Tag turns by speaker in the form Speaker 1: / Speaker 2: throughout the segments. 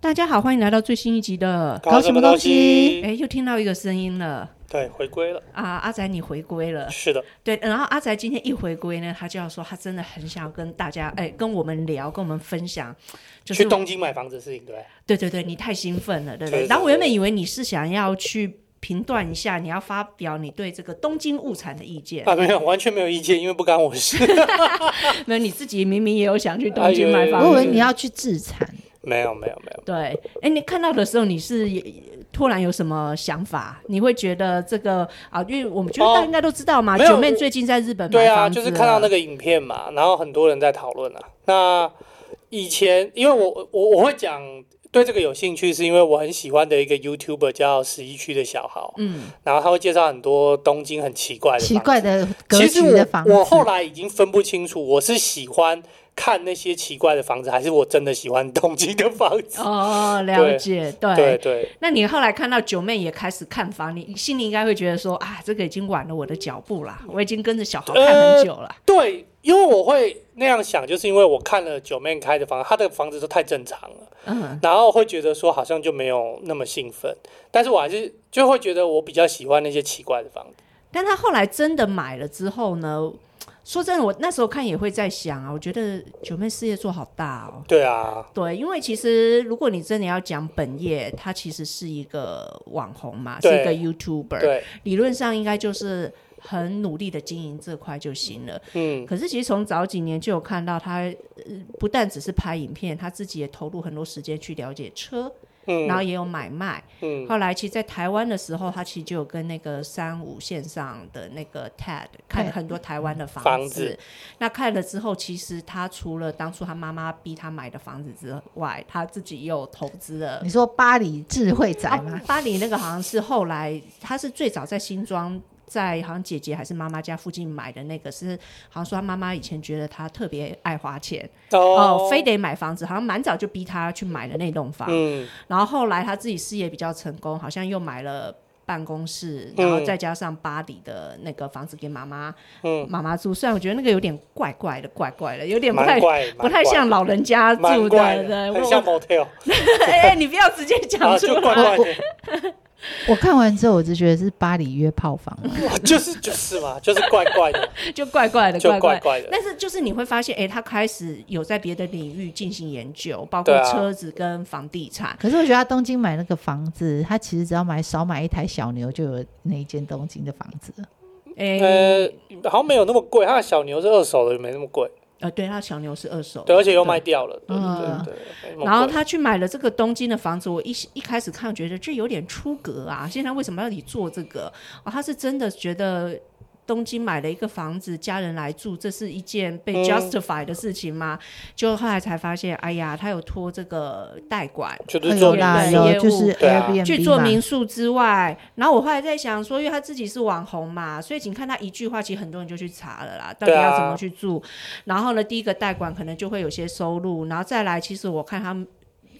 Speaker 1: 大家好，欢迎来到最新一集的
Speaker 2: 搞什么东西
Speaker 1: 哎，又听到一个声音了
Speaker 2: 对，回归了。
Speaker 1: 啊！阿仔，你回归了。
Speaker 2: 是的，
Speaker 1: 对，然后阿仔今天一回归呢，他就要说他真的很想要跟大家，哎，跟我们聊，跟我们分享，就是
Speaker 2: 去东京买房子的事情，对不对。
Speaker 1: 对对对，你太兴奋了，对不对？
Speaker 2: 对对
Speaker 1: 然后我原本以为你是想要去评断一下，你要发表你对这个东京物产的意见，
Speaker 2: 啊，没有，完全没有意见，因为不干我事。
Speaker 1: 没有，你自己明明也有想去东京买
Speaker 2: 哎呦
Speaker 1: 房
Speaker 2: 哎
Speaker 1: 子。
Speaker 2: 呦
Speaker 3: 我以为你要去自残，
Speaker 2: 没有，没有，没有。
Speaker 1: 对，哎，你看到的时候，你是突然有什么想法？你会觉得这个啊，因为我们觉得
Speaker 2: 哦
Speaker 1: 大家应该都知道嘛，
Speaker 2: 没有
Speaker 1: 九妹最近在日本买
Speaker 2: 对啊，
Speaker 1: 房
Speaker 2: 就是
Speaker 1: 子
Speaker 2: 看到
Speaker 1: 了
Speaker 2: 那个影片嘛，然后很多人在讨论啊。那以前，因为我我我会讲对这个有兴趣，是因为我很喜欢的一个 YouTuber 叫十一区的小豪，
Speaker 1: 嗯，
Speaker 2: 然后他会介绍很多东京很奇怪的
Speaker 3: 奇
Speaker 2: 房子
Speaker 3: 怪的呃格
Speaker 2: 其实
Speaker 3: 局的房子。
Speaker 2: 我我后来已经分不清楚，我是喜欢看那些奇怪的房子，还是我真的喜欢东京的房子？
Speaker 1: 哦，了
Speaker 2: 对
Speaker 1: 解，对。
Speaker 2: 对对，
Speaker 1: 那你后来看到九妹也开始看房，你心里应该会觉得说啊，这个已经晚了我的脚步啦，我已经跟着小豪看很
Speaker 2: 呃
Speaker 1: 久了。
Speaker 2: 对，因为我会那样想，就是因为我看了九妹开的房，她的房子都太正常了，
Speaker 1: 嗯，
Speaker 2: 然后会觉得说好像就没有那么兴奋，但是我还是就会觉得我比较喜欢那些奇怪的房子。
Speaker 1: 但他后来真的买了之后呢，说真的，我那时候看也会在想啊，我觉得九妹事业做好大哦。
Speaker 2: 对啊，
Speaker 1: 对，因为其实如果你真的要讲本业，他其实是一个网红嘛，是
Speaker 2: 对
Speaker 1: 一个 YouTuber，
Speaker 2: 对，
Speaker 1: 理论上应该就是很努力的经营这块就行了。
Speaker 2: 嗯，
Speaker 1: 可是其实从早几年就有看到他，呃不但只是拍影片，他自己也投入很多时间去了解车，
Speaker 2: 嗯
Speaker 1: 然后也有买卖。
Speaker 2: 嗯
Speaker 1: 后来其实，在台湾的时候，他其实就有跟那个三五线上的那个 TED 看很多台湾的房
Speaker 2: 房子
Speaker 1: 那看了之后，其实他除了当初他妈妈逼他买的房子之外，他自己又投资了
Speaker 3: 你。说巴黎智慧宅
Speaker 1: 啊
Speaker 3: 吗？
Speaker 1: 巴黎那个好像是后来，他是最早在新庄，在好像姐姐还是妈妈家附近买的那个，是好像说他妈妈以前觉得他特别爱花钱，哦，非得买房子，好像蛮早就逼他去买了那栋房。
Speaker 2: 嗯
Speaker 1: 然后后来他自己事业比较成功，好像又买了办公室，然后
Speaker 2: 嗯
Speaker 1: 再加上巴黎的那个房子给妈妈、
Speaker 2: 嗯，
Speaker 1: 妈妈住。虽然我觉得那个有点怪怪的，怪怪的，有点不
Speaker 2: 蛮
Speaker 1: 太
Speaker 2: 怪，蛮
Speaker 1: 不太
Speaker 2: 怪
Speaker 1: 像老人家住
Speaker 2: 蛮怪
Speaker 1: 的。对，
Speaker 2: 很
Speaker 1: 我
Speaker 2: 像 motel
Speaker 1: 哎哎，你不要直接
Speaker 2: 啊，
Speaker 1: 讲出
Speaker 2: 就
Speaker 1: 来。
Speaker 2: 怪怪的，
Speaker 3: 我看完之后，我就觉得是巴黎约炮房。啊
Speaker 2: 哇就是就是嘛，就是怪怪的，
Speaker 1: 就怪怪的，
Speaker 2: 就
Speaker 1: 怪
Speaker 2: 怪
Speaker 1: 的。
Speaker 2: 怪的，
Speaker 1: 但是就是你会发现，哎、他开始有在别的领域进行研究，包括
Speaker 2: 对啊
Speaker 1: 车子跟房地产。
Speaker 3: 可是我觉得他东京买那个房子，他其实只要买少买一台小牛，就有那一间东京的房子了。
Speaker 1: 哎、
Speaker 2: 呃，好像没有那么贵，它的小牛是二手的，没那么贵，
Speaker 1: 呃，对，他小牛是二手，
Speaker 2: 对，而且又卖掉了，对
Speaker 3: 嗯
Speaker 2: 对对对，没那么
Speaker 1: 然后
Speaker 2: 贵
Speaker 1: 他去买了这个东京的房子，我一一开始看觉得这有点出格啊，现在为什么要你做这个？哦，他是真的觉得。东京买了一个房子，家人来住，这是一件被
Speaker 2: 嗯
Speaker 1: justify 的事情吗？就后来才发现，哎呀，他有托这个代管，
Speaker 2: 就是
Speaker 3: 有
Speaker 2: 做
Speaker 3: 啦，
Speaker 1: 民宿
Speaker 3: 有就是
Speaker 2: 对啊
Speaker 3: Airbnb 嘛
Speaker 1: 去做民宿之外，然后我后来在想说，因为他自己是网红嘛，所以请看他一句话，其实很多人就去查了啦，到底
Speaker 2: 对啊
Speaker 1: 要怎么去住。然后呢，第一个代管可能就会有些收入，然后再来，其实我看他们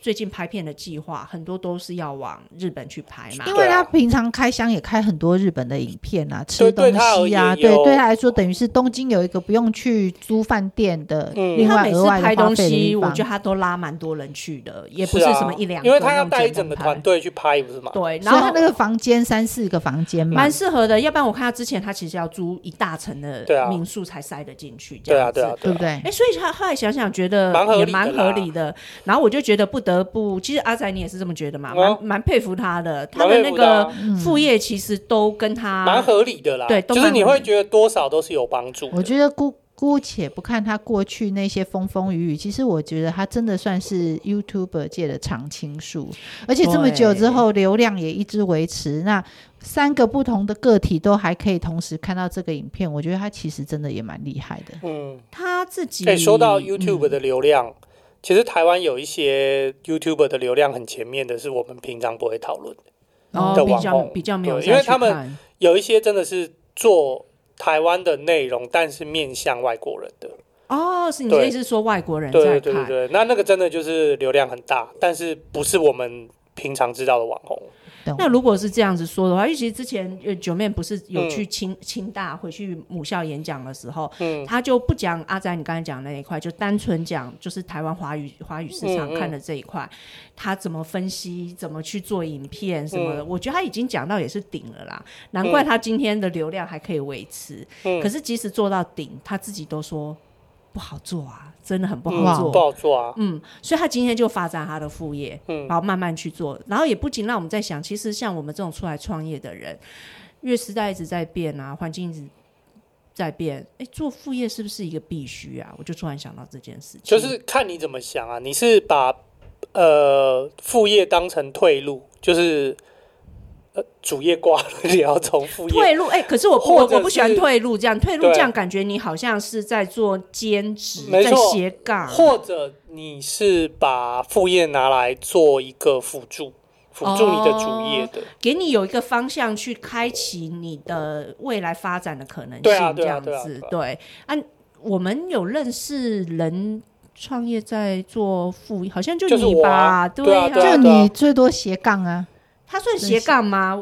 Speaker 1: 最近拍片的计划，很多都是要往日本去拍嘛。
Speaker 3: 因为他平常开箱也开很多日本的影片啊，吃东
Speaker 2: 对他而
Speaker 3: 西啊，
Speaker 2: 言
Speaker 3: 对
Speaker 2: 有，
Speaker 3: 对他来说等于是东京有一个不用去租饭店的，
Speaker 2: 嗯
Speaker 1: 因为
Speaker 3: 另
Speaker 1: 他
Speaker 3: 外
Speaker 1: 每
Speaker 3: 额
Speaker 1: 次
Speaker 3: 外的
Speaker 1: 拍
Speaker 3: 花
Speaker 1: 东
Speaker 3: 费的地
Speaker 1: 西，我
Speaker 3: 方
Speaker 1: 觉。得他都拉蛮多人去的，也不
Speaker 2: 是
Speaker 1: 是
Speaker 2: 啊
Speaker 1: 什么一两个，
Speaker 2: 因为他要带
Speaker 1: 那
Speaker 2: 一
Speaker 1: 种简单
Speaker 2: 整个
Speaker 1: 拍
Speaker 2: 团。队去拍，不是吗？
Speaker 1: 对，然
Speaker 3: 所以
Speaker 1: 后
Speaker 3: 他那个房间三四个房间嘛
Speaker 1: 蛮，适合的，要不然我看他之前他其实要租一大层的
Speaker 2: 对啊
Speaker 1: 民宿才塞得进去，这
Speaker 2: 对
Speaker 1: 样
Speaker 2: 啊，
Speaker 1: 子。
Speaker 2: 对啊，
Speaker 3: 对
Speaker 2: 对
Speaker 3: 不
Speaker 2: 啊。
Speaker 3: 对
Speaker 1: 哎、？所以他后来想想觉得
Speaker 2: 蛮合
Speaker 1: 也
Speaker 2: 理的
Speaker 1: 蛮合
Speaker 2: 啦
Speaker 1: 理的，然后我就觉得不得不，其实阿仔你也是这么觉得嘛，蛮
Speaker 2: 哦
Speaker 1: 蛮、佩服他的，他的
Speaker 2: 蛮佩
Speaker 1: 那
Speaker 2: 服的啊
Speaker 1: 个
Speaker 3: 嗯
Speaker 1: 副业其实都跟他
Speaker 2: 蛮合理的啦，
Speaker 1: 对都
Speaker 2: 就是你
Speaker 1: 蛮合
Speaker 2: 会
Speaker 1: 理
Speaker 2: 觉得多少都是有帮助的。
Speaker 3: 我觉得姑姑且不看他过去那些风风雨雨，其实我觉得他真的算是 YouTuber 界的常青树，而且这么久之后流量也一直维持。那三个不同的个体都还可以同时看到这个影片，我觉得他其实真的也蛮厉害的。
Speaker 2: 嗯，
Speaker 1: 他自己。
Speaker 2: 哎、说
Speaker 1: 嗯
Speaker 2: 到 YouTube 的流量，其实台湾有一些 YouTube 的流量很前面的，是我们平常不会讨论的，
Speaker 1: 哦
Speaker 2: 的
Speaker 1: 比
Speaker 2: 网
Speaker 1: 较
Speaker 2: 红
Speaker 1: 比较没有
Speaker 2: 对
Speaker 1: 再
Speaker 2: 因为
Speaker 1: 去
Speaker 2: 他们
Speaker 1: 看
Speaker 2: 有一些真的是做台湾的内容，但是面向外国人的。
Speaker 1: 哦，是你
Speaker 2: 对
Speaker 1: 的意思是说外国人在
Speaker 2: 对
Speaker 1: 看，
Speaker 2: 对对对对，那那个真的就是流量很大，但是不是我们平常知道的网红。
Speaker 3: 懂
Speaker 1: 那如果是这样子说的话，因为其实之前呃九妹不是有去清、清大回去母校演讲的时候，
Speaker 2: 嗯
Speaker 1: 他就不讲阿仔你刚才讲的那一块，就单纯讲就是台湾华语华语市场
Speaker 2: 嗯嗯
Speaker 1: 看的这一块，他怎么分析，怎么去做影片什
Speaker 2: 嗯
Speaker 1: 么的，我觉得他已经讲到也是顶了啦，难怪他今天的流量还可以维持。
Speaker 2: 嗯
Speaker 1: 可是即使做到顶，他自己都说不好做啊，真的很不
Speaker 2: 嗯
Speaker 1: 好做。
Speaker 2: 不好做啊，
Speaker 1: 嗯，所以他今天就发展他的副业，
Speaker 2: 嗯
Speaker 1: 然后慢慢去做，然后也不仅让我们在想，其实像我们这种出来创业的人，因为时代一直在变啊，环境一直在变，哎，做副业是不是一个必须啊？我就突然想到这件事情，
Speaker 2: 就是看你怎么想啊。你是把呃副业当成退路，就是呃主业挂了，你要从副业
Speaker 1: 退路，哎，可是我不
Speaker 2: 或
Speaker 1: 我
Speaker 2: 者
Speaker 1: 我不喜欢
Speaker 2: 是
Speaker 1: 退路这样，退路
Speaker 2: 对
Speaker 1: 这样感觉你好像是在做兼职，
Speaker 2: 没
Speaker 1: 在
Speaker 2: 错
Speaker 1: 斜杠，
Speaker 2: 或者你是把副业拿来做一个辅助，辅助你的主业的。
Speaker 1: 给你有一个方向去开启你的未来发展的可能
Speaker 2: 对啊
Speaker 1: 性，这
Speaker 2: 对啊
Speaker 1: 样
Speaker 2: 对啊
Speaker 1: 子。
Speaker 2: 对啊
Speaker 1: 对啊，我们有认识人创业在做副，好像就
Speaker 2: 就是
Speaker 1: 你
Speaker 2: 我
Speaker 1: 吧？
Speaker 2: 啊对啊对
Speaker 1: 啊
Speaker 2: 啊
Speaker 3: 就你最多斜杠啊，
Speaker 1: 他算斜杠吗？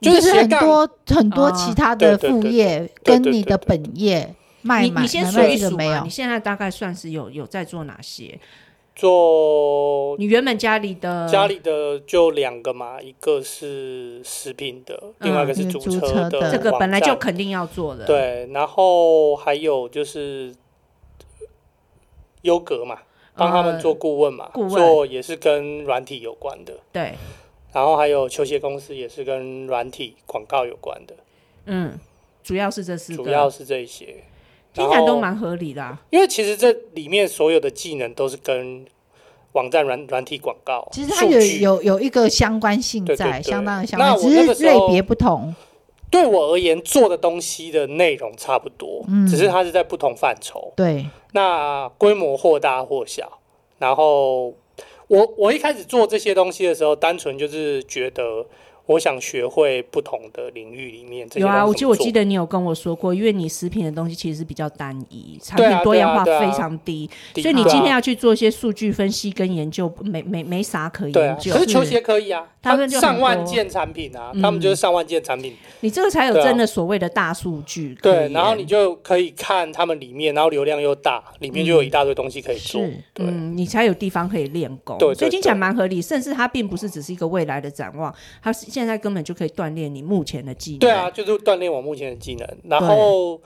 Speaker 2: 就
Speaker 3: 你
Speaker 2: 是
Speaker 3: 就是
Speaker 2: 斜
Speaker 3: 很
Speaker 2: 杠
Speaker 3: 多很多
Speaker 1: 啊
Speaker 3: 其他的
Speaker 2: 对对
Speaker 3: 副
Speaker 2: 对
Speaker 3: 业
Speaker 2: 对
Speaker 3: 跟
Speaker 2: 对
Speaker 3: 你
Speaker 2: 对
Speaker 3: 的
Speaker 2: 对
Speaker 3: 本业卖
Speaker 1: 你
Speaker 3: 买
Speaker 1: 你先
Speaker 3: 买
Speaker 1: 数
Speaker 3: 卖
Speaker 1: 一
Speaker 3: 这
Speaker 1: 数
Speaker 3: 个没
Speaker 1: 嘛，
Speaker 3: 有
Speaker 1: 你，现在大概算是有有在做哪些？
Speaker 2: 做
Speaker 1: 你原本家里的
Speaker 2: 家里的就两个嘛，一个是食品的，
Speaker 1: 嗯
Speaker 2: 另外一个是
Speaker 3: 一个
Speaker 2: 租
Speaker 3: 租
Speaker 2: 车
Speaker 3: 车的
Speaker 2: 的网站。
Speaker 1: 这个本来就肯定要做的，，
Speaker 2: 对，然后还有就是优格
Speaker 3: 呃
Speaker 2: 嘛，帮他们做顾问嘛，
Speaker 1: 顾问
Speaker 2: 做也是跟软体有关的。
Speaker 1: 对，
Speaker 2: 然后还有球鞋公司也是跟软体广告有关的，
Speaker 1: 嗯，主要是这四
Speaker 2: 主
Speaker 1: 个
Speaker 2: 要，是这些。
Speaker 1: 听起来
Speaker 2: 然
Speaker 1: 都
Speaker 2: 后
Speaker 1: 蛮合理的啊。
Speaker 2: 因为其实这里面所有的技能都是跟网站软软体广告，
Speaker 3: 其实它
Speaker 2: 数
Speaker 3: 有
Speaker 2: 据
Speaker 3: 有有一个相关性
Speaker 2: 对对
Speaker 3: 在，
Speaker 2: 对
Speaker 3: 相当的相
Speaker 2: 那
Speaker 3: 关，
Speaker 2: 我
Speaker 3: 只
Speaker 2: 那个
Speaker 3: 是
Speaker 2: 时
Speaker 3: 类
Speaker 2: 候
Speaker 3: 别不同。
Speaker 2: 对我而言做的东西的内容差不多，
Speaker 3: 嗯
Speaker 2: 只是它是在不同范畴，
Speaker 3: 对，
Speaker 2: 那规模或大或小。然后我我一开始做这些东西的时候，单纯就是觉得我想学会不同的领域里面这些
Speaker 1: 有啊，
Speaker 2: 东
Speaker 1: 我记得我
Speaker 2: 西怎么做
Speaker 1: 记得你有跟我说过，因为你食品的东西其实是比较单一，产
Speaker 2: 对啊
Speaker 1: 品多样化
Speaker 2: 对啊对
Speaker 1: 非
Speaker 2: 啊
Speaker 1: 常低，
Speaker 2: 低
Speaker 1: 所以你
Speaker 2: 对啊
Speaker 1: 今天要去做一些数据分析跟研究，没没没啥可
Speaker 2: 对啊
Speaker 1: 研，究
Speaker 2: 可。是球鞋可以啊，
Speaker 1: 他们就很
Speaker 2: 上万
Speaker 1: 多嗯
Speaker 2: 件产品啊，他们就是上万件产品，
Speaker 1: 你这个才有
Speaker 2: 对啊
Speaker 1: 真的所谓的大数据可
Speaker 2: 对，
Speaker 1: 言。
Speaker 2: 然后你就可以看他们里面，然后流量又大，里面就有一大堆东西可以做，
Speaker 3: 是
Speaker 2: 对。
Speaker 1: 嗯，你才有地方可以练功，
Speaker 2: 对对
Speaker 1: 所以听起来
Speaker 2: 对
Speaker 1: 蛮合理。甚至它并不是只是一个未来的展望，它是现在根本就可以锻炼你目前的技能。
Speaker 2: 对啊，，就是锻炼我目前的技能。然
Speaker 1: 嗯
Speaker 2: 后，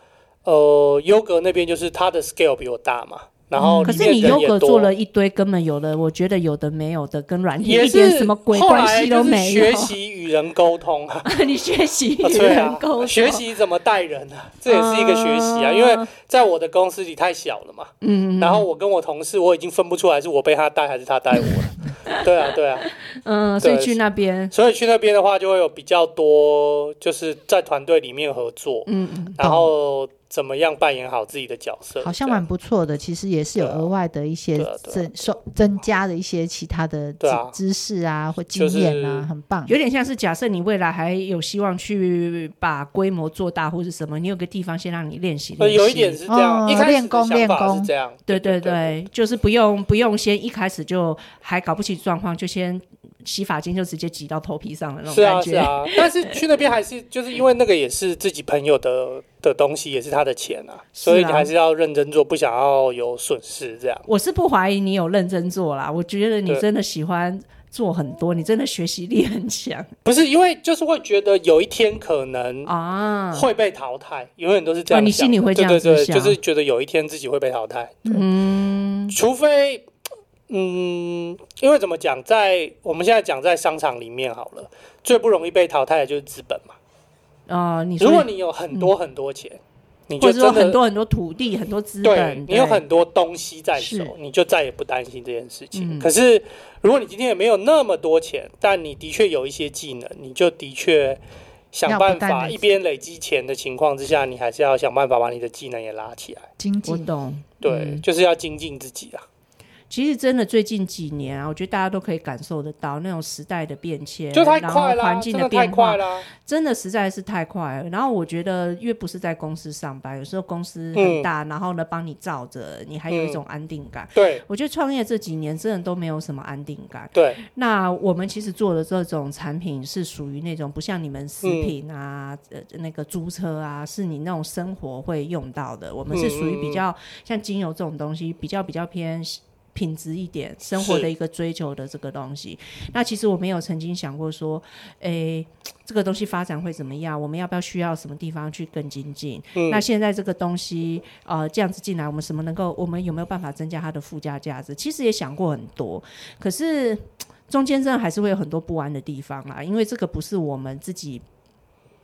Speaker 2: 呃，优格那边就是他的 scale 比我大嘛，然后
Speaker 1: 嗯可
Speaker 2: 里
Speaker 1: 是
Speaker 2: 面
Speaker 1: 你
Speaker 2: 人
Speaker 1: 优
Speaker 2: 也
Speaker 1: 格
Speaker 2: 多
Speaker 1: 做了一堆，根本有的，我觉得有的没有的，跟软体
Speaker 2: 也
Speaker 1: 一
Speaker 2: 是
Speaker 1: 点什么鬼
Speaker 2: 后来
Speaker 1: 关系都
Speaker 2: 就是
Speaker 1: 没有。
Speaker 2: 学习与人沟通 啊，
Speaker 1: 你学习与
Speaker 2: 对
Speaker 1: 人
Speaker 2: 啊
Speaker 1: 沟通，，
Speaker 2: 学习怎么带人啊，这也是一个学习啊。因为在我的公司里太小了嘛，
Speaker 1: 嗯，
Speaker 2: 然后我跟我同事我已经分不出来是我被他带还是他带我 了。对啊，对啊，
Speaker 1: 嗯，所以
Speaker 2: 对
Speaker 1: 去那边，
Speaker 2: 所以去那边的话，就会有比较多，就是在团队里面合作，
Speaker 1: 嗯，
Speaker 2: 然后怎么样扮演好自己的角色，
Speaker 3: 好像
Speaker 2: 这样
Speaker 3: 蛮不错的。其实也是有
Speaker 2: 对啊
Speaker 3: 额外的一些
Speaker 2: 对啊对啊
Speaker 3: 增收增加的一些其他的知
Speaker 2: 对啊
Speaker 3: 知识啊或经
Speaker 2: 就是
Speaker 3: 验啊，很棒。
Speaker 1: 有点像是假设你未来还有希望去把规模做大或是什么，你有个地方先让你练习
Speaker 2: 呃，
Speaker 1: 练习。
Speaker 2: 有一点是这样，
Speaker 3: 哦
Speaker 2: 一开始
Speaker 3: 练
Speaker 2: 的
Speaker 3: 功
Speaker 2: 想
Speaker 3: 练
Speaker 2: 法
Speaker 3: 功
Speaker 2: 是这样，
Speaker 1: 对对
Speaker 2: 对
Speaker 1: 对，就是不用不用先一开始就还搞不清状况，就先洗发精就直接挤到头皮上的那
Speaker 2: 是
Speaker 1: 种
Speaker 2: 啊
Speaker 1: 感
Speaker 2: 是
Speaker 1: 觉。
Speaker 2: 啊，但是去那边还是就是因为那个也是自己朋友的的东西，也是他的钱啊，所以
Speaker 1: 是啊
Speaker 2: 你还是要认真做，不想要有损失这样。
Speaker 1: 我是不怀疑你有认真做啦，我觉得你
Speaker 2: 对
Speaker 1: 真的喜欢做很多，你真的学习力很强
Speaker 2: 不是因为就是会觉得有一天可能
Speaker 1: 啊。
Speaker 2: 会被淘汰，永远都是这样
Speaker 1: 哦
Speaker 2: 想的、
Speaker 1: 你心里会这样
Speaker 2: 对对
Speaker 1: 子
Speaker 2: 对，
Speaker 1: 想
Speaker 2: 就是觉得有一天自己会被淘汰，
Speaker 1: 嗯，
Speaker 2: 除非。嗯，因为怎么讲，在我们现在讲在商场里面好了，最不容易被淘汰的就是资本嘛。
Speaker 1: 哦，你
Speaker 2: 如果
Speaker 1: 说，
Speaker 2: 你有很多很多钱，你
Speaker 1: 或
Speaker 2: 就
Speaker 1: 者说
Speaker 2: 真的
Speaker 1: 很多很多土地、很多资
Speaker 2: 对
Speaker 1: 本，
Speaker 2: 你有
Speaker 1: 对
Speaker 2: 很多东西在手
Speaker 3: 是，
Speaker 2: 你就再也不担心这件事
Speaker 1: 嗯
Speaker 2: 情。可是，如果你今天也没有那么多钱，但你的确有一些技能，你就的确想
Speaker 3: 要不
Speaker 2: 办
Speaker 3: 断
Speaker 2: 法
Speaker 3: 地
Speaker 2: 一边累积钱的情况之下，你还是要想办法把你的技能也拉起来。
Speaker 3: 经
Speaker 1: 我
Speaker 3: 济
Speaker 1: 懂，
Speaker 2: 对，
Speaker 1: 嗯
Speaker 2: 就是要精进自己啊。
Speaker 1: 其实真的最近几年啊，我觉得大家都可以感受得到那种时代的变迁，
Speaker 2: 就太
Speaker 1: 然后
Speaker 2: 快啦，
Speaker 1: 环境
Speaker 2: 真的太
Speaker 1: 变化
Speaker 2: 快，啦。
Speaker 1: 真的实在是太快了。然后我觉得，越不是在公司上班，有时候公司
Speaker 2: 嗯
Speaker 1: 很大，然后呢帮你罩着，你还有一种安定感。
Speaker 2: 对
Speaker 1: 我觉得创业这几年真的都没有什么安定感。
Speaker 2: 对，
Speaker 1: 那我们其实做的这种产品是属于那种不像你们食品啊、呃那个租车啊，是你那种生活会用到的。我们是属于比较像精油这种东西，比较比较偏。品质一点，生活
Speaker 2: 是
Speaker 1: 的一个追求的这个东西。那其实我们有曾经想过说，诶、这个东西发展会怎么样？我们要不要需要什么地方去更精进？
Speaker 2: 嗯
Speaker 1: 那现在这个东西，呃，这样子进来，我们什么能够，我们有没有办法增加它的附加价值？其实也想过很多，可是嘖中间真的还是会有很多不安的地方啦，因为这个不是我们自己。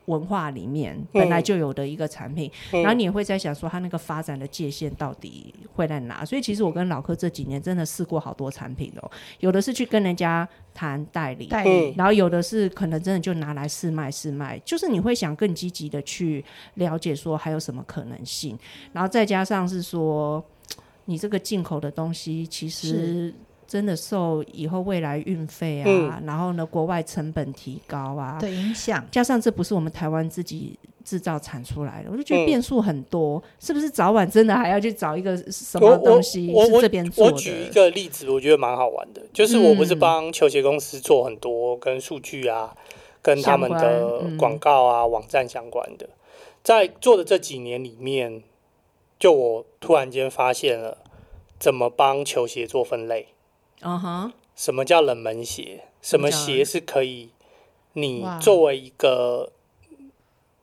Speaker 1: 文化里面本来就有的一个产品，
Speaker 2: 嗯
Speaker 1: 然后你也会在想说它那个发展的界限到底会在哪？所以其实我跟老柯这几年真的试过好多产品哦，有的是去跟人家谈代理，
Speaker 2: 嗯
Speaker 3: 代理
Speaker 1: 然后有的是可能真的就拿来试卖试卖，就是你会想更积极的去了解说还有什么可能性，然后再加上是说你这个进口的东西其实真的受以后未来运费啊，
Speaker 2: 嗯
Speaker 1: 然后呢国外成本提高啊，
Speaker 3: 的影响，
Speaker 1: 加上这不是我们台湾自己制造产出来的，我就觉
Speaker 2: 嗯
Speaker 1: 得变数很多，是不是早晚真的还要去找一个什
Speaker 2: 我
Speaker 1: 么
Speaker 2: 我
Speaker 1: 东西
Speaker 2: 我
Speaker 1: 是
Speaker 2: 我
Speaker 1: 这边做
Speaker 2: 我
Speaker 1: 的？嗯
Speaker 2: 举一个例子，我觉得蛮好玩的，就是我不是帮球鞋公司做很多跟数据啊、跟他们
Speaker 1: 相
Speaker 2: 的
Speaker 1: 关嗯
Speaker 2: 广告啊、网站相关的，在做的这几年里面，就我突然间发现了怎么帮球鞋做分类，
Speaker 1: 嗯哼，
Speaker 2: 什么叫冷门鞋，什么鞋是可以你
Speaker 3: 哇
Speaker 2: 作为一个，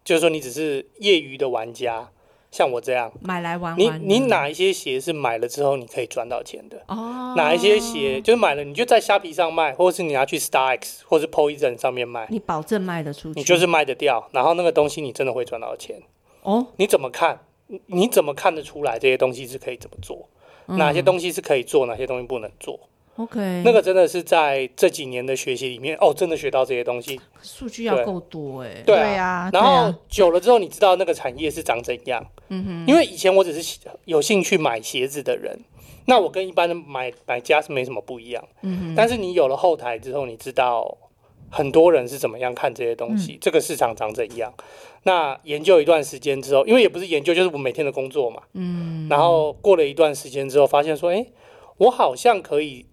Speaker 2: 就是说你只是业余的玩家，像我这样。
Speaker 1: 买来玩
Speaker 2: 你
Speaker 1: 玩的。
Speaker 2: 你哪一些鞋是买了之后你可以赚到钱的？
Speaker 1: 哦？
Speaker 2: 哪一些鞋就是买了你就在虾皮上卖，或者是你拿去 Star X 或是 Poison 上面卖，
Speaker 1: 你保证卖得出去？
Speaker 2: 你就是卖得掉。然后那个东西你真的会赚到钱，
Speaker 1: 哦，
Speaker 2: 你怎么看？你你怎么看得出来这些东西是可以怎么做？
Speaker 1: 嗯
Speaker 2: 哪些东西是可以做，哪些东西不能做？
Speaker 1: OK，
Speaker 2: 那个真的是在这几年的学习里面，哦，真的学到这些东西。
Speaker 1: 数据要够多哎、
Speaker 2: 对啊
Speaker 3: 对啊，
Speaker 2: 然
Speaker 3: 对
Speaker 2: 后
Speaker 3: 啊
Speaker 2: 久了之后，你知道那个产业是长怎样。嗯哼，因为以前我只是喜有兴趣买鞋子的人，那我跟一般的买买家是没什么不一样。嗯哼，但是你有了后台之后，你知道很多人是怎么样看这些东西，这个市场长怎样。那研究一段时间之后，因为也不是研究，就是我每天的工作嘛。嗯，然后过了一段时间之后，发现说，哎，我好像可以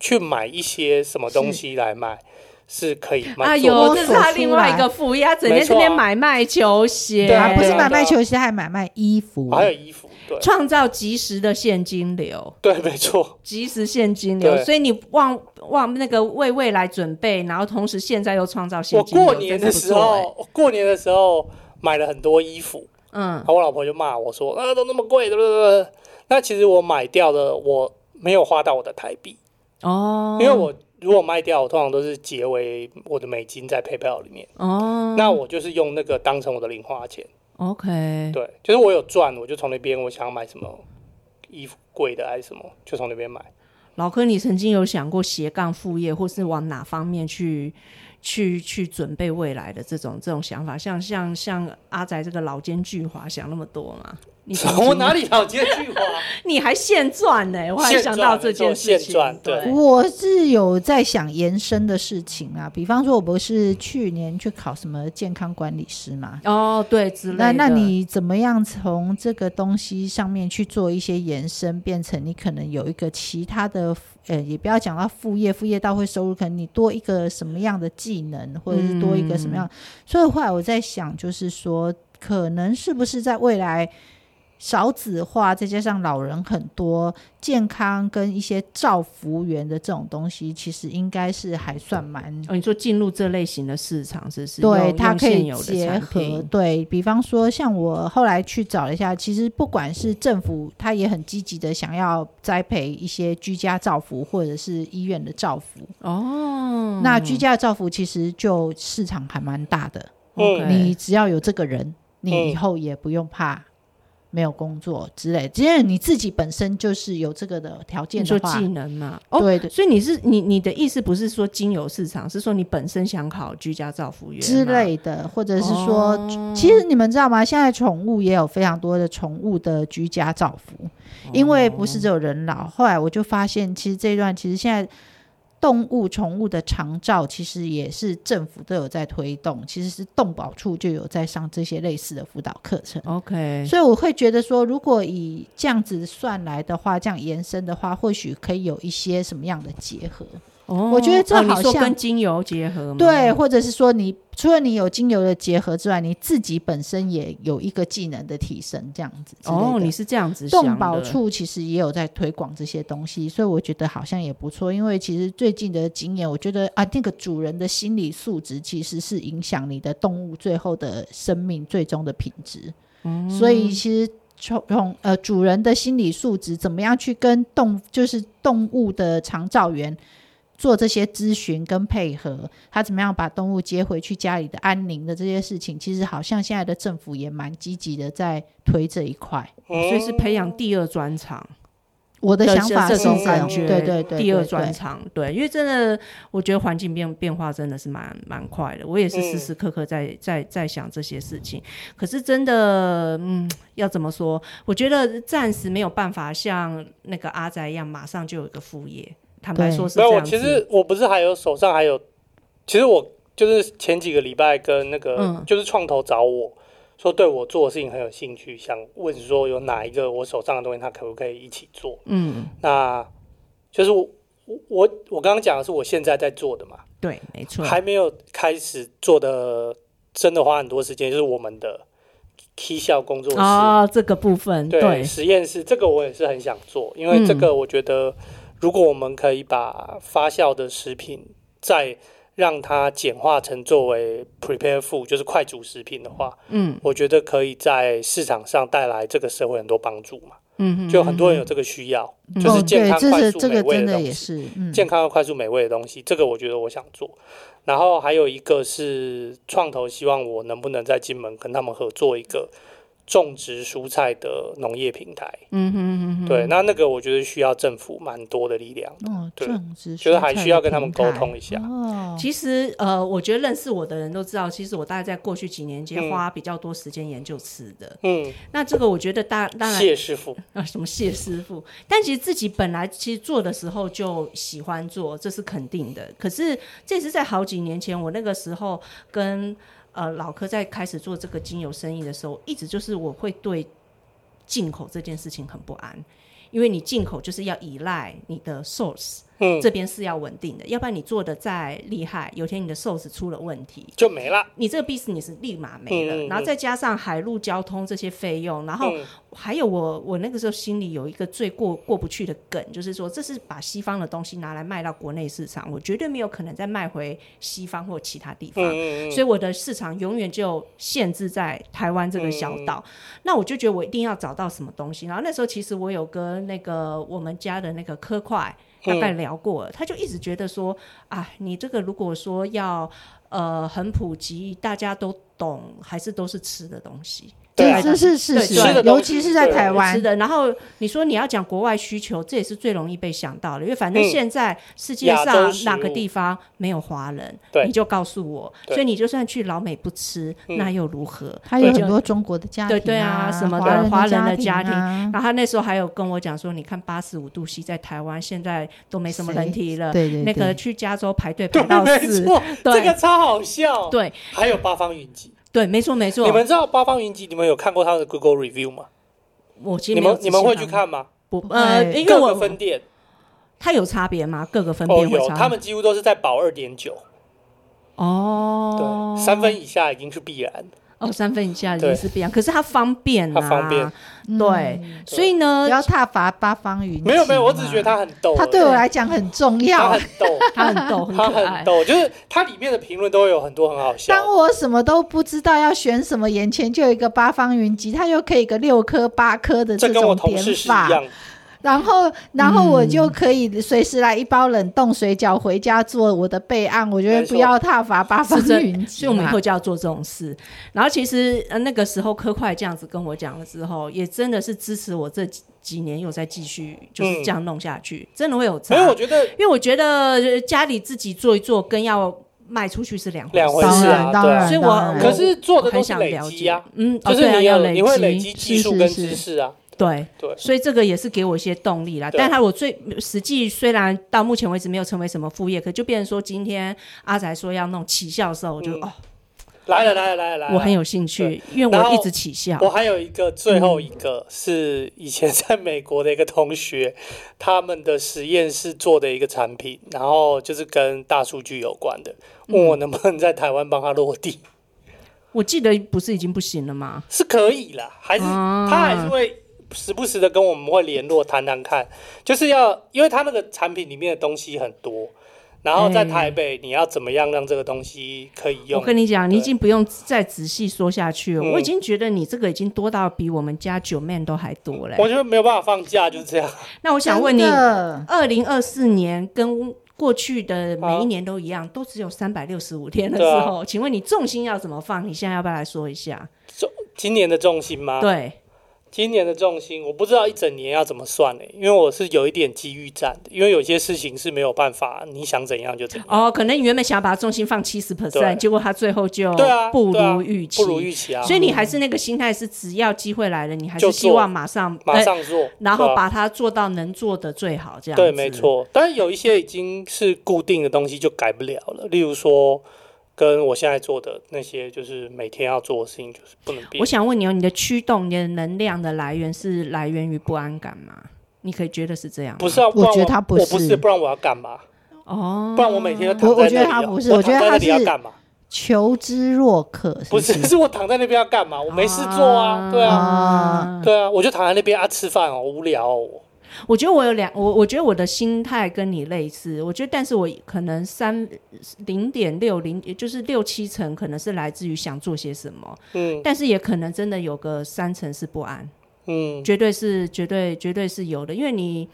Speaker 2: 去买一些什么东西来卖，是可以卖。
Speaker 1: 哎
Speaker 3: 有
Speaker 1: 呦，
Speaker 2: 做
Speaker 1: 这是他另外一个副业，他整天这边买卖球鞋，
Speaker 2: 对啊
Speaker 3: 不是
Speaker 2: 对啊
Speaker 3: 买卖球鞋，还买卖衣服，
Speaker 2: 还有衣服，对
Speaker 1: 创造及时的现金流，
Speaker 2: 对，没错。
Speaker 1: 及时现金流，
Speaker 2: 对
Speaker 1: 所以你往往那个为未来准备，然后同时现在又创造 现
Speaker 2: 我
Speaker 1: 金流，
Speaker 2: 过年的时
Speaker 1: 真是不错欸
Speaker 2: 候，我过年的时候买了很多衣服，
Speaker 1: 哎嗯
Speaker 2: 然，后我老婆就骂我说：“啊，都那么贵，对不对？”那其实我买掉的，我没有花到我的台币，
Speaker 1: 哦，
Speaker 2: 因为我如果卖掉，我通常都是结为我的美金在 PayPal 里面，
Speaker 1: 哦，
Speaker 2: 那我就是用那个当成我的零花钱。
Speaker 1: OK，
Speaker 2: 对，就是我有赚，我就从那边我想买什么衣服贵的还是什么，就从那边买。
Speaker 1: 老柯，你曾经有想过斜杠副业，或是往哪方面去去去准备未来的这种这种想法？像像像阿宅这个老奸巨猾，想那么多吗？你曾经
Speaker 2: 我哪里老接句话？
Speaker 1: 你还现赚呢、我还想到这件事情。
Speaker 2: 现赚对
Speaker 1: 对，
Speaker 3: 我是有在想延伸的事情啊，比方说，我不是去年去考什么健康管理师嘛？
Speaker 1: 哦，对，之类
Speaker 3: 那
Speaker 1: 的。
Speaker 3: 那你怎么样从这个东西上面去做一些延伸，变成你可能有一个其他的，呃，也不要讲到副业，副业到会收入，可能你多一个什么样的技能，或者是多一个什么
Speaker 1: 嗯
Speaker 3: 样。所以后来我在想，就是说，可能是不是在未来少子化，再加上老人很多，健康跟一些照服员的这种东西，其实应该是还算蛮
Speaker 1: 哦，你说进入这类型的市场，是不是？
Speaker 3: 对，
Speaker 1: 用
Speaker 3: 它
Speaker 1: 用
Speaker 3: 可
Speaker 1: 现
Speaker 3: 以
Speaker 1: 有的
Speaker 3: 结
Speaker 1: 产
Speaker 3: 合。
Speaker 1: 品。
Speaker 3: 对比方说，像我后来去找了一下，其实不管是政府，它也很积极的想要栽培一些居家照服或者是医院的照服。
Speaker 1: 哦，
Speaker 3: 那居家照服其实就市场还蛮大的，
Speaker 2: 嗯
Speaker 1: OK
Speaker 3: 你只要有这个人，
Speaker 2: 嗯
Speaker 3: 你以后也不用怕。没有工作之类，只要你自己本身就是有这个的条件
Speaker 1: 你
Speaker 3: 的
Speaker 1: 说
Speaker 3: 话
Speaker 1: 技，能嘛？哦，
Speaker 3: 对的
Speaker 1: 所以你是你你的意思不是说经由市场，是说你本身想考居家照服务员
Speaker 3: 之
Speaker 1: 吗，
Speaker 3: 类的，或者是说，
Speaker 1: 哦
Speaker 3: 其实你们知道吗？现在宠物也有非常多的宠物的居家照服，因为不是只有人老。后来我就发现，其实这一段其实现在动物宠物的长照，其实也是政府都有在推动，其实是动保处就有在上这些类似的辅导课程。
Speaker 1: OK，
Speaker 3: 所以我会觉得说，如果以这样子算来的话，这样延伸的话，或许可以有一些什么样的结合？
Speaker 1: 哦
Speaker 3: 我觉得这
Speaker 1: 哦你
Speaker 3: 好
Speaker 1: 说
Speaker 3: 像
Speaker 1: 跟精油结合吗？
Speaker 3: 对，或者是说你除了你有精油的结合之外，你自己本身也有一个技能的提升，这样子之类的。
Speaker 1: 哦，你是这样子想的
Speaker 3: 动保处其实也有在推广这些东西，所以我觉得好像也不错。因为其实最近的经验，我觉得啊，那个主人的心理素质其实是影响你的动物最后的生命最终的品质。
Speaker 1: 嗯
Speaker 3: 所以其实从从呃主人的心理素质怎么样去跟动就是动物的长照员。做这些咨询跟配合，他怎么样把动物接回去家里的安宁的这些事情，其实好像现在的政府也蛮积极的在推这一块。
Speaker 2: 嗯
Speaker 1: 所以是培养第二专长。
Speaker 3: 我的
Speaker 1: 的
Speaker 3: 想
Speaker 1: 这
Speaker 3: 法
Speaker 1: 这
Speaker 3: 是
Speaker 2: 种
Speaker 3: 样
Speaker 2: 感觉
Speaker 3: 对对对，
Speaker 1: 第二
Speaker 3: 对
Speaker 1: 专。场，对，因为真的，我觉得环境变变化真的是蛮蛮快的。我也是时时刻刻
Speaker 3: 嗯
Speaker 1: 在、在在想这些事情，可是真的，嗯，要怎么说？我觉得暂时没有办法像那个阿宅一样，马上就有一个副业。坦白
Speaker 3: 对
Speaker 1: 说是这
Speaker 2: 没有，我
Speaker 1: 样
Speaker 2: 其
Speaker 1: 子。
Speaker 2: 实我不是还有手上还有，其实我就是前几个礼拜跟那个、
Speaker 1: 嗯
Speaker 2: 就是创投找我说，对我做的事情很有兴趣，想问说有哪一个我手上的东西，他可不可以一起做？
Speaker 1: 嗯，
Speaker 2: 那就是我我我刚刚讲的是我现在在做的嘛，
Speaker 1: 对，没错。
Speaker 2: 还没有开始做的，真的花很多时间，就是我们的 K 校工作室。
Speaker 1: 哦，这个部分，
Speaker 2: 对，
Speaker 1: 对，
Speaker 2: 实验室这个我也是很想做，因为这个我觉得，如果我们可以把发酵的食品再让它简化成作为 prepare food，就是快煮食品的话，
Speaker 1: 嗯
Speaker 2: 我觉得可以在市场上带来这个社会很多帮助嘛。
Speaker 1: 嗯哼，
Speaker 2: 就有很多人有这个需要，
Speaker 1: 嗯
Speaker 2: 就是
Speaker 3: 哦
Speaker 2: 健
Speaker 3: 对，
Speaker 2: 康、
Speaker 3: 这
Speaker 2: 快
Speaker 3: 是
Speaker 2: 速、
Speaker 3: 这
Speaker 2: 美
Speaker 3: 个
Speaker 2: 味
Speaker 3: 真
Speaker 2: 的
Speaker 3: 的
Speaker 2: 东
Speaker 3: 也
Speaker 2: 西。
Speaker 3: 是，嗯，
Speaker 2: 健康、快速、美味的东西，这个我觉得我想做。然后还有一个是创投，希望我能不能在金门跟他们合作一个种植蔬菜的农业平台。
Speaker 1: 嗯哼嗯哼，
Speaker 2: 对，那那个我觉得需要政府蛮多的力量，
Speaker 3: 哦，
Speaker 2: 对
Speaker 3: 种植
Speaker 2: 觉得
Speaker 3: 蔬
Speaker 2: 还
Speaker 3: 菜
Speaker 2: 需要
Speaker 3: 的
Speaker 2: 跟他们
Speaker 3: 平
Speaker 2: 沟
Speaker 3: 台
Speaker 2: 通一下。
Speaker 3: 哦，
Speaker 1: 其实，呃，我觉得认识我的人都知道，其实我大概在过去几年间
Speaker 2: 嗯
Speaker 1: 花比较多时间研究吃的。
Speaker 2: 嗯，
Speaker 1: 那这个我觉得大当然
Speaker 2: 谢师傅，
Speaker 1: 啊，什么谢师傅，但其实自己本来其实做的时候就喜欢做，这是肯定的。可是这是在好几年前，我那个时候跟呃老柯在开始做这个精油生意的时候，一直就是我会对进口这件事情很不安，因为你进口就是要依赖你的 source，
Speaker 2: 嗯，
Speaker 1: 这边是要稳定的，要不然你做的再厉害，有天你的 source 出了问题，
Speaker 2: 就没了。
Speaker 1: 你这个 business 立马没了，
Speaker 2: 嗯嗯嗯
Speaker 1: 然后再加上海陆交通这些费用，然后
Speaker 2: 嗯
Speaker 1: 还有我我那个时候心里有一个最过过不去的梗，就是说这是把西方的东西拿来卖到国内市场，我绝对没有可能再卖回西方或其他地方。
Speaker 2: 嗯嗯
Speaker 1: 所以我的市场永远就限制在台湾这个小岛。
Speaker 2: 嗯
Speaker 1: 那我就觉得我一定要找到什么东西。然后那时候其实我有跟那个我们家的那个科块大概聊过了，他就一直觉得说，啊，你这个如果说要呃很普及，大家都懂，还是都是吃的东西。
Speaker 2: 对
Speaker 3: 对，
Speaker 2: 啊
Speaker 3: 这是事
Speaker 1: 对
Speaker 3: 实
Speaker 1: 吃
Speaker 2: 的，
Speaker 3: 尤
Speaker 2: 东
Speaker 3: 其
Speaker 2: 西
Speaker 3: 是在
Speaker 2: 对
Speaker 3: 台
Speaker 1: 吃
Speaker 3: 湾，
Speaker 1: 的，然后你说你要讲国外需求，这也是最容易被想到的，因为反正
Speaker 2: 嗯
Speaker 1: 现在世界
Speaker 2: 亚洲
Speaker 1: 上
Speaker 2: 食物
Speaker 1: 哪个地方没有华人，
Speaker 2: 对
Speaker 1: 你就告诉我，
Speaker 2: 对
Speaker 1: 所以你就算去老美不吃，
Speaker 2: 嗯
Speaker 1: 那又如何？
Speaker 3: 还有
Speaker 1: 对
Speaker 3: 很
Speaker 1: 就
Speaker 3: 多中国的家庭
Speaker 1: 对对啊什么的华
Speaker 3: 华
Speaker 1: 人的家
Speaker 3: 家
Speaker 1: 庭
Speaker 3: 啊
Speaker 1: 然后他那时候还有跟我讲说，你看八十五度 C 在台湾现在都没什么人提了，
Speaker 3: 对对
Speaker 1: 那个
Speaker 3: 对
Speaker 1: 去加州排队
Speaker 2: 对，
Speaker 1: 排到
Speaker 2: 没
Speaker 1: 四，
Speaker 2: 错，
Speaker 1: 对
Speaker 2: 这个超好笑。
Speaker 1: 对
Speaker 2: 还有八方云集，
Speaker 1: 对，没错没错
Speaker 2: 你。们知道八方云集？你们有看过他们的 Google review 吗？
Speaker 1: 我其实
Speaker 2: 你
Speaker 1: 没有
Speaker 2: 们你们会
Speaker 1: 仔
Speaker 2: 去
Speaker 1: 细
Speaker 2: 看吗？
Speaker 1: 不？
Speaker 3: 会
Speaker 1: 呃，因为
Speaker 2: 各个
Speaker 1: 我
Speaker 2: 分店
Speaker 1: 它有差别吗？各个分
Speaker 2: 哦
Speaker 1: 辨会
Speaker 2: 有，
Speaker 1: 差
Speaker 2: 他们几乎都是在保二点九，
Speaker 1: 哦
Speaker 2: 对，，三分以下已经是必然。
Speaker 1: 哦三分以下
Speaker 2: 对
Speaker 1: 也是不一样，可是它方便啊，
Speaker 2: 它方便
Speaker 1: 对，所以呢
Speaker 3: 嗯不，要踏伐八方云集嘛。
Speaker 2: 没有没有，我只是觉得他很逗而已，
Speaker 3: 他对我来讲很重
Speaker 2: 他
Speaker 3: 要
Speaker 2: 很。逗，
Speaker 1: 它很逗，很
Speaker 2: 他
Speaker 1: 可
Speaker 2: 很
Speaker 1: 爱。
Speaker 2: 逗，就是它里面的评论都会有很多很好笑的。
Speaker 3: 当我什么都不知道要选什么，眼前就有一个八方云集，他就可以一个六颗八颗的
Speaker 2: 这跟我
Speaker 3: 种
Speaker 2: 同
Speaker 3: 点
Speaker 2: 事是一
Speaker 3: 法。
Speaker 2: 样的，
Speaker 3: 然后然后我就可以随时来一包冷冻水饺回家做我的备案。我觉得
Speaker 2: 没错
Speaker 3: 不要踏伐八方
Speaker 1: 嗯是这
Speaker 3: 云，集啊
Speaker 1: 所以我们以
Speaker 3: 嘛
Speaker 1: 后就要做这种事。然后其实呃那个时候科快这样子跟我讲了之后，也真的是支持我这几几年又再继续就是这样弄下去，真的会有差
Speaker 2: 嗯没。有，我觉得
Speaker 1: 因为我觉得呃家里自己做一做，跟要卖出去是两回
Speaker 2: 两回
Speaker 1: 事。
Speaker 2: 事啊，
Speaker 3: 当然
Speaker 2: 对啊
Speaker 3: 当然
Speaker 1: 所以我
Speaker 2: 可是做的都
Speaker 1: 很
Speaker 2: 是
Speaker 1: 想
Speaker 2: 累
Speaker 1: 了
Speaker 2: 积
Speaker 1: 解
Speaker 2: 啊，，
Speaker 1: 嗯，哦
Speaker 2: 就是
Speaker 1: 对啊
Speaker 2: 你
Speaker 1: 要
Speaker 2: 有
Speaker 1: 累积，
Speaker 2: 你会累积技术
Speaker 3: 是
Speaker 2: 跟
Speaker 3: 是
Speaker 2: 知识啊，
Speaker 1: 对。
Speaker 2: 对，
Speaker 1: 所以这个也是给我一些动力啦。
Speaker 2: 对
Speaker 1: 但他我最实际虽然到目前为止没有成为什么副业，可就变成说今天阿仔说要弄起效的时候，我就、
Speaker 2: 嗯
Speaker 1: 哦，
Speaker 2: 来了来了来了来了，
Speaker 1: 我很有兴趣，因为
Speaker 2: 然后
Speaker 1: 我一直起效
Speaker 2: 我。还有一个最后一个、是以前在美国的一个同学， 他们的实验室做的一个产品，然后就是跟大数据有关的，问我能不能在台湾帮他落地，
Speaker 1: 我记得不是已经不行了吗？
Speaker 2: 是可以啦，还是、
Speaker 1: 啊
Speaker 2: 他还是会时不时的跟我们会联络谈谈看，就是要因为他那个产品里面的东西很多。然后在
Speaker 1: 嗯
Speaker 2: 台北，你要怎么样让这个东西可以用？
Speaker 1: 我跟你讲，
Speaker 2: 对
Speaker 1: 你已经不用再仔细说下去了。
Speaker 2: 嗯
Speaker 1: 我已经觉得你这个已经多到比我们家九妹都还多嘞。
Speaker 2: 我就没有办法放假，就是这样。
Speaker 1: 那我想问你
Speaker 3: 真，的
Speaker 1: 二零二四年跟过去的每一年都一样，都只有三百六十五天的时
Speaker 2: 对啊
Speaker 1: 候，请问你重心要怎么放？你现在要不要来说一下？
Speaker 2: 今年的重心吗？
Speaker 1: 对。
Speaker 2: 今年的重心，我不知道一整年要怎么算欸呢、因为我是有一点机遇战的，因为有些事情是没有办法，你想怎样就怎样，
Speaker 1: 哦，可能你原本想要把重心放七十 percent，
Speaker 2: 对
Speaker 1: 结果他最后就
Speaker 2: 对啊
Speaker 1: 不
Speaker 2: 对啊
Speaker 1: 如预期，
Speaker 2: 不如预期啊，
Speaker 1: 所以你还是那个心态，是只要机会来了，你还是
Speaker 2: 就
Speaker 1: 希
Speaker 2: 做
Speaker 1: 望马上
Speaker 2: 马、
Speaker 1: 呃
Speaker 2: 上做，
Speaker 1: 然
Speaker 2: 对
Speaker 1: 后
Speaker 2: 啊
Speaker 1: 把它做到能做的最好，这样
Speaker 2: 对，
Speaker 1: 子
Speaker 2: 没。错。但是有一些已经是固定的东西就改不了了，例如说跟我现在做的那些，就是每天要做的事情，就是不能变
Speaker 1: 我。想问你哦，你的驱动、你的能量的来源是来源于不安感吗？你可以觉得是这样吗，
Speaker 2: 不是啊，不
Speaker 3: 我
Speaker 2: 然
Speaker 3: 觉得他不
Speaker 2: 不
Speaker 3: 是哦
Speaker 2: 我是，不然我要干嘛？
Speaker 1: 哦，
Speaker 2: 不然我每天都躺
Speaker 3: 我
Speaker 2: 在
Speaker 3: 我觉得
Speaker 2: 那
Speaker 3: 他
Speaker 2: 里啊
Speaker 3: 不是
Speaker 2: 我
Speaker 3: 我觉
Speaker 2: 躺
Speaker 3: 得
Speaker 2: 在
Speaker 3: 他
Speaker 2: 那里要
Speaker 3: 是嗯
Speaker 2: 干嘛？
Speaker 3: 求之若渴，
Speaker 2: 不
Speaker 3: 是
Speaker 2: 是，是我躺在那边要干嘛？我没事做啊，对啊，
Speaker 3: 啊
Speaker 2: 对啊，我就躺在那边啊吃饭哦，无聊哦。我
Speaker 1: 我觉得我有两，我我觉得我的心态跟你类似，我觉得，但是我可能三零点六零，也就是六七成，可能是来自于想做些什么，
Speaker 2: 嗯
Speaker 1: 但是也可能真的有个三成是不安，
Speaker 2: 嗯，
Speaker 1: 绝对是绝对绝对是有的，因为你。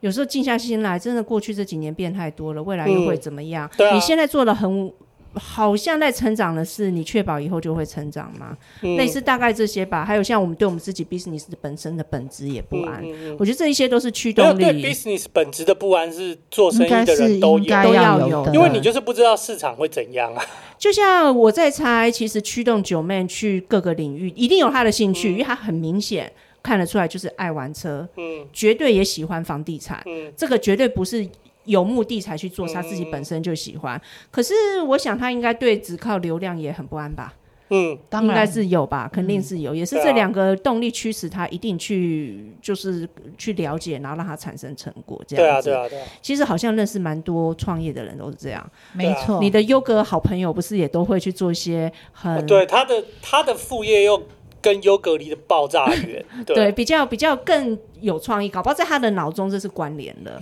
Speaker 1: 有时候静下心来，真的过去这几年变太多了，未来又会怎么样？
Speaker 2: 对啊
Speaker 1: 你现在做的很，好像在成长的事，你确保以后就会成长吗？
Speaker 2: 嗯
Speaker 1: 类似大概这些吧。还有像我们对我们自己 business 本身的本质也不安，
Speaker 2: 嗯嗯嗯
Speaker 1: 我觉得这一些都是驱
Speaker 2: 没有
Speaker 1: 动力。
Speaker 2: 对 business 本质的不安是做生
Speaker 3: 应该
Speaker 2: 意的
Speaker 3: 是
Speaker 2: 人都
Speaker 3: 应
Speaker 2: 有
Speaker 3: 该，
Speaker 1: 都要
Speaker 3: 有
Speaker 1: 有
Speaker 3: 的，
Speaker 2: 因为你就是不知道市场会怎样啊。
Speaker 1: 就像我在猜，其实驱动九妹去各个领域，一定有她的兴趣，因为她很明显看得出来就是爱玩车，
Speaker 2: 嗯
Speaker 1: 绝对也喜欢房地产，
Speaker 2: 嗯
Speaker 1: 这个绝对不是。有目的才去做，她自己本身就喜
Speaker 2: 嗯
Speaker 1: 欢。可是我想，她应该对只靠流量也很不安吧？
Speaker 2: 嗯，
Speaker 3: 当
Speaker 1: 应该
Speaker 3: 然嗯
Speaker 1: 是有吧，肯定是有，也是
Speaker 2: 对啊
Speaker 1: 这两个动力驱使她一定去，就是去了解，然后让她产生成果。这
Speaker 2: 对啊
Speaker 1: 样子，
Speaker 2: 对啊对啊，
Speaker 1: 其实好像认识蛮多创业的人都是这样。
Speaker 3: 没错
Speaker 1: 你。的优格好朋友不是也都会去做一些很、
Speaker 2: 哦对他的他的副业又跟优格离的爆炸远，
Speaker 1: 对，
Speaker 2: 对
Speaker 1: 比较比较更有创意，搞不好在他的脑中这是关联的。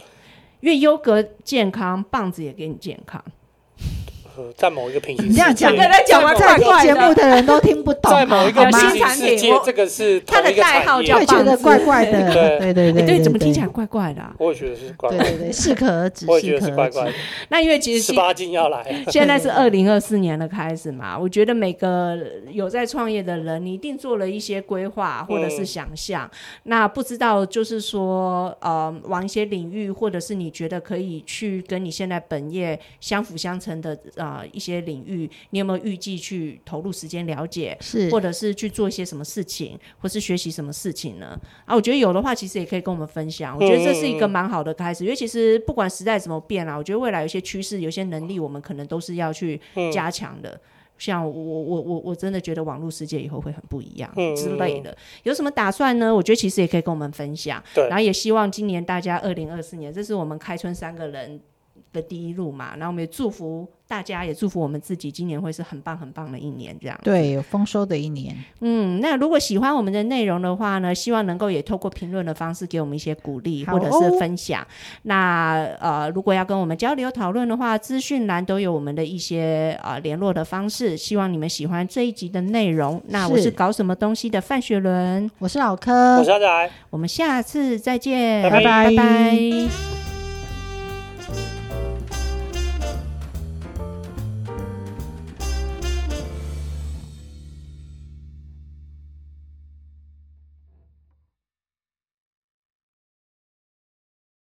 Speaker 1: 因为优格健康，棒子也给你健康。
Speaker 2: 呃在某一个平行
Speaker 3: 你这样
Speaker 2: 世界
Speaker 3: 讲，
Speaker 1: 对对讲完
Speaker 3: 在
Speaker 1: 怪怪
Speaker 3: 节
Speaker 1: 的
Speaker 3: 目的人都听不懂，啊
Speaker 2: 在某一个
Speaker 3: 好吗
Speaker 1: 新
Speaker 2: 平行
Speaker 1: 产
Speaker 2: 世
Speaker 1: 品
Speaker 2: 界
Speaker 1: 我，
Speaker 2: 这个是
Speaker 1: 它的
Speaker 2: 同一个
Speaker 1: 代号
Speaker 2: 产业
Speaker 1: 叫
Speaker 3: 会觉得怪怪的，对
Speaker 2: 对
Speaker 3: 对
Speaker 1: 哎，
Speaker 3: 对
Speaker 1: 对，怎么听起来？怪怪的啊、
Speaker 2: 我也觉得是怪
Speaker 3: 对
Speaker 2: 怪，
Speaker 3: 对对，适可而止，
Speaker 2: 我也觉得
Speaker 3: 适可
Speaker 2: 是怪
Speaker 3: 而止
Speaker 2: 怪。的，
Speaker 1: 那因为其实
Speaker 2: 十
Speaker 1: 现
Speaker 2: 八禁要来，
Speaker 1: 现在是二零二四年的开始嘛，我觉得每个有在创业的人，你一定做了一些规划或者是想象。那不知道就是说，呃，往一些领域，或者是你觉得可以去跟你现在本业相辅相成的呃一些领域，你有没有预计去投入时间了解？
Speaker 3: 是
Speaker 1: 或，者是去做一些什么事情，或是学习什么事情呢？啊，我觉得有的话，其实也可以跟我们分享。我觉得这是一
Speaker 2: 嗯
Speaker 1: 个蛮好的开始，因为其实不管时代怎么变啊，我觉得未来有一些趋势、有一些能力，我们可能都是要去
Speaker 2: 嗯
Speaker 1: 加强的。像我我我我真的觉得网络世界以后会很不一样
Speaker 2: 嗯
Speaker 1: 之类的，有什么打算呢？我觉得其实也可以跟我们分享，
Speaker 2: 对
Speaker 1: 然后也希望今年大家二零二四年，这是我们开春三个人的第一路嘛。然后我们也祝福大家，也祝福我们自己，今年会是很棒很棒的一年，这样。
Speaker 3: 对，有丰收的一年。
Speaker 1: 嗯，那如果喜欢我们的内容的话呢，希望能够也透过评论的方式给我们一些鼓励
Speaker 3: 好
Speaker 1: 或
Speaker 3: 哦
Speaker 1: 者是分享。那呃，如果要跟我们交流讨论的话，资讯栏都有我们的一些呃联络的方式。希望你们喜欢这一集的内容。那我
Speaker 3: 是
Speaker 1: 是搞什么东西的范雪伦，
Speaker 3: 我是老柯
Speaker 2: 我，是阿宅。
Speaker 1: 我们下次再见，
Speaker 2: 拜拜
Speaker 1: 拜拜